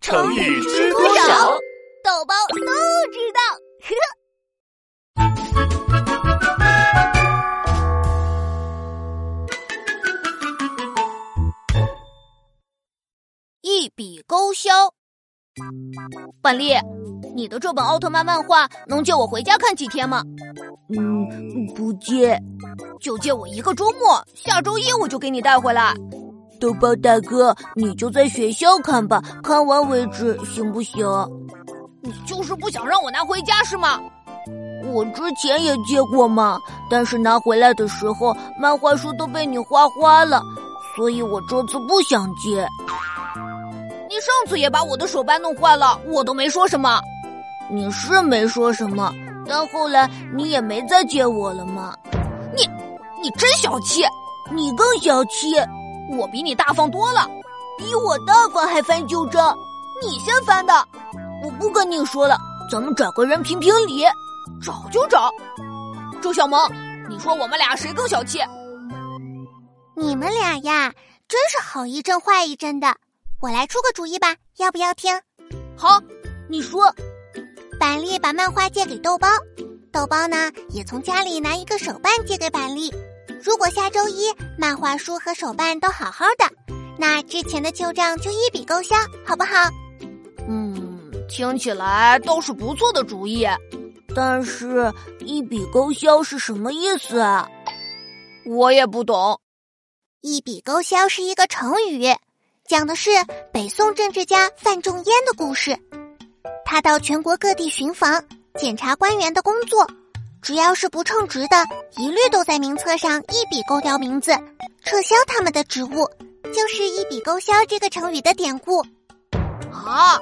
成语知多少？豆包都知道。呵呵 一笔勾销。板栗，你的这本奥特曼漫画能借我回家看几天吗？嗯，不借。就借我一个周末，下周一我就给你带回来。豆包大哥，你就在学校看吧，看完为止，行不行？你就是不想让我拿回家是吗？我之前也借过嘛，但是拿回来的时候，漫画书都被你画花了，所以我这次不想借。你上次也把我的手办弄坏了，我都没说什么。你是没说什么，但后来你也没再借我了嘛。你，你真小气！你更小气，我比你大方多了。比我大方还翻旧账，你先翻的，我不跟你说了，咱们找个人评评理。找就找。周小萌，你说我们俩谁更小气？你们俩呀，真是好一阵坏一阵的。我来出个主意吧，要不要听？好，你说。板栗把漫画借给豆包，豆包呢也从家里拿一个手办借给板栗。如果下周一漫画书和手办都好好的，那之前的旧账就一笔勾销，好不好？嗯，听起来倒是不错的主意。但是，一笔勾销是什么意思啊？我也不懂。一笔勾销是一个成语，讲的是北宋政治家范仲淹的故事。他到全国各地巡访，检查官员的工作，只要是不称职的，一律都在名册上一笔勾掉名字，撤销他们的职务，就是“一笔勾销”这个成语的典故。啊，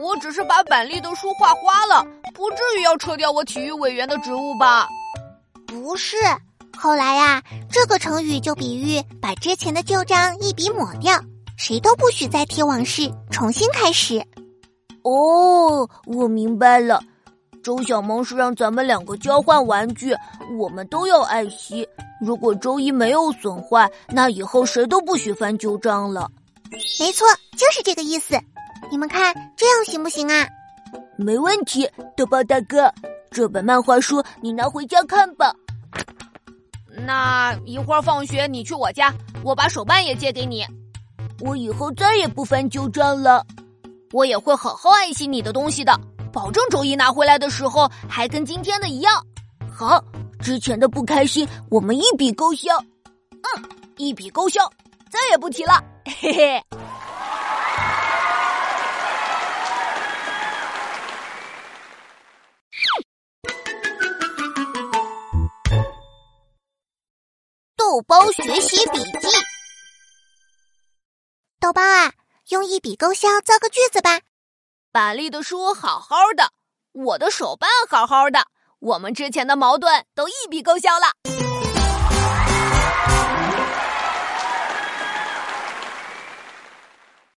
我只是把板栗的书画花了，不至于要撤掉我体育委员的职务吧？不是，后来呀、这个成语就比喻把之前的旧账一笔抹掉，谁都不许再提往事，重新开始。哦，我明白了。周小萌是让咱们两个交换玩具，我们都要爱惜。如果周一没有损坏，那以后谁都不许翻旧账了。没错，就是这个意思。你们看这样行不行啊？没问题，豆包大哥，这本漫画书你拿回家看吧。那一会儿放学你去我家，我把手办也借给你，我以后再也不翻旧账了。我也会好好爱惜你的东西的，保证周一拿回来的时候还跟今天的一样。好，之前的不开心我们一笔勾销。嗯一笔勾销，再也不提了。嘿嘿，豆包学习笔记。豆包啊，用一笔勾销造个句子吧。板栗的书好好的，我的手办好好的，我们之前的矛盾都一笔勾销了。